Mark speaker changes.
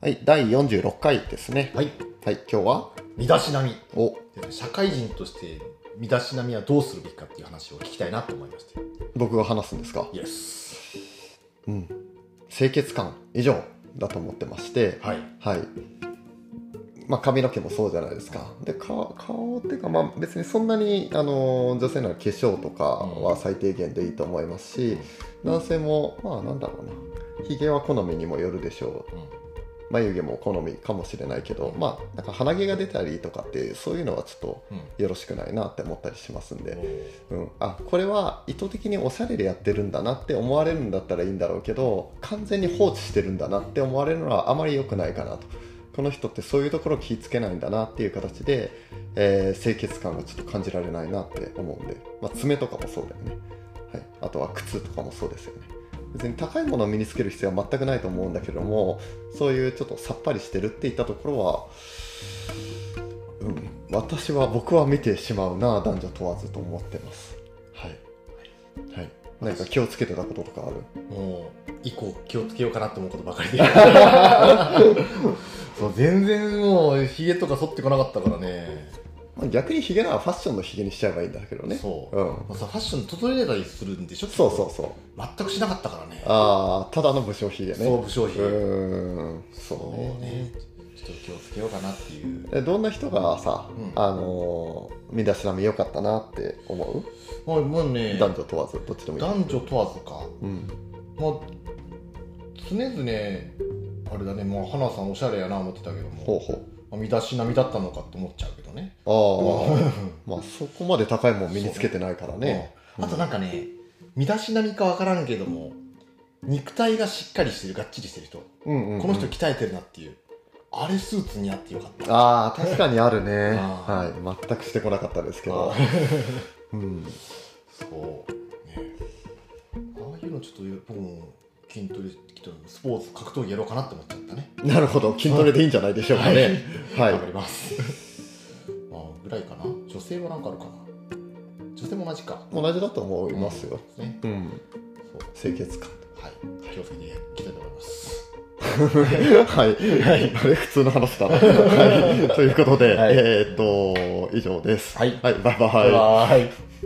Speaker 1: はい、第46回ですね。
Speaker 2: はい
Speaker 1: はい、今日は、
Speaker 2: 身だしなみ
Speaker 1: お、
Speaker 2: 社会人として身だしなみはどうするべきかっていう話を聞きたいなと思いまして
Speaker 1: 僕が話すんですか
Speaker 2: イエス
Speaker 1: うん。清潔感以上だと思ってまして、
Speaker 2: はい
Speaker 1: はい。まあ、髪の毛もそうじゃないですか。で、か顔っていうか、まあ、別にそんなに、あのー女性なら化粧とかは最低限でいいと思いますし、男性も、まあ、なんだろうな。髭は好みにもよるでしょう。
Speaker 2: うん
Speaker 1: 眉毛も好みかもしれないけど、まあ、なんか鼻毛が出たりとかって、そういうのはちょっと
Speaker 2: うん
Speaker 1: よろしくないなって思ったりしますんで、
Speaker 2: う
Speaker 1: うん、あこれは意図的におしゃれでやってるんだなって思われるんだったらいいんだろうけど完全に放置してるんだなって思われるのはあまり良くないかなとこの人ってそういうところ気ぃつけないんだなっていう形で、えー清潔感がちょっと感じられないなって思うんで、まあ、爪とかもそうだよね、はい、あとは靴とかもそうですよね別に高いものを身につける必要は全くないと思うんだけどもそういうちょっとさっぱりしてるっていったところはうん、私は僕は見てしまうな男女問わずと思ってますはい、はい、何か気をつけてたこととかある
Speaker 2: んもう以降気をつけようかなと思うことばかりで そう全然もうひげとか剃ってこなかったからね
Speaker 1: まあ逆にヒゲならファッションのヒゲにしちゃえばいいんだけどね
Speaker 2: そう、
Speaker 1: うん
Speaker 2: まあ、さファッション整えたりするんでしょ
Speaker 1: そうそうそう
Speaker 2: 全くしなかったからね
Speaker 1: ああただの武将ヒゲね
Speaker 2: そう武将髭
Speaker 1: うーんそうね
Speaker 2: そうねちょっと気をつけようかなっていう
Speaker 1: えどんな人がさ、
Speaker 2: うん
Speaker 1: あのー身だしなみ良かったなって思
Speaker 2: もうもう
Speaker 1: う、
Speaker 2: ね
Speaker 1: 男女問わずどっちでもいい、
Speaker 2: 男女問わずか
Speaker 1: うん、
Speaker 2: まあ、常々、あれだね、まあ、花さんおしゃれやな思ってたけど
Speaker 1: ほう
Speaker 2: も、
Speaker 1: ほう
Speaker 2: まあ、身だしなみだったのかって思っちゃうけどね。
Speaker 1: あ あまあそこまで高いもん身につけてないからね
Speaker 2: うんあとなんかね、身だしなみかわからんけども、肉体がしっかりしてる、がっちりしてる人、
Speaker 1: うんうんうん
Speaker 2: この人鍛えてるなっていう、あれスーツ似合ってよかった。
Speaker 1: ああ確かにあるね
Speaker 2: あ
Speaker 1: はい全くしてこなかったですけど
Speaker 2: あ
Speaker 1: うん
Speaker 2: そう、ね。ああいうのちょっと僕も筋トレきっとスポーツ格闘技やろうかなって思っちゃったね。
Speaker 1: なるほど筋トレでいいんじゃないでしょうか ねはい、
Speaker 2: 頑張ります。まあ、ぐらいかな。女性はなんかあるかな。女性も同じか。
Speaker 1: 同じだと思いますよ、
Speaker 2: ね。
Speaker 1: うん
Speaker 2: そう。
Speaker 1: 清潔感
Speaker 2: はい。気をつけていきたいと思います。
Speaker 1: はい、はい、あれ普通の話 だな、はい、ということで、
Speaker 2: はい
Speaker 1: えーっと以上です
Speaker 2: はい
Speaker 1: バイバイ
Speaker 2: バイバイ。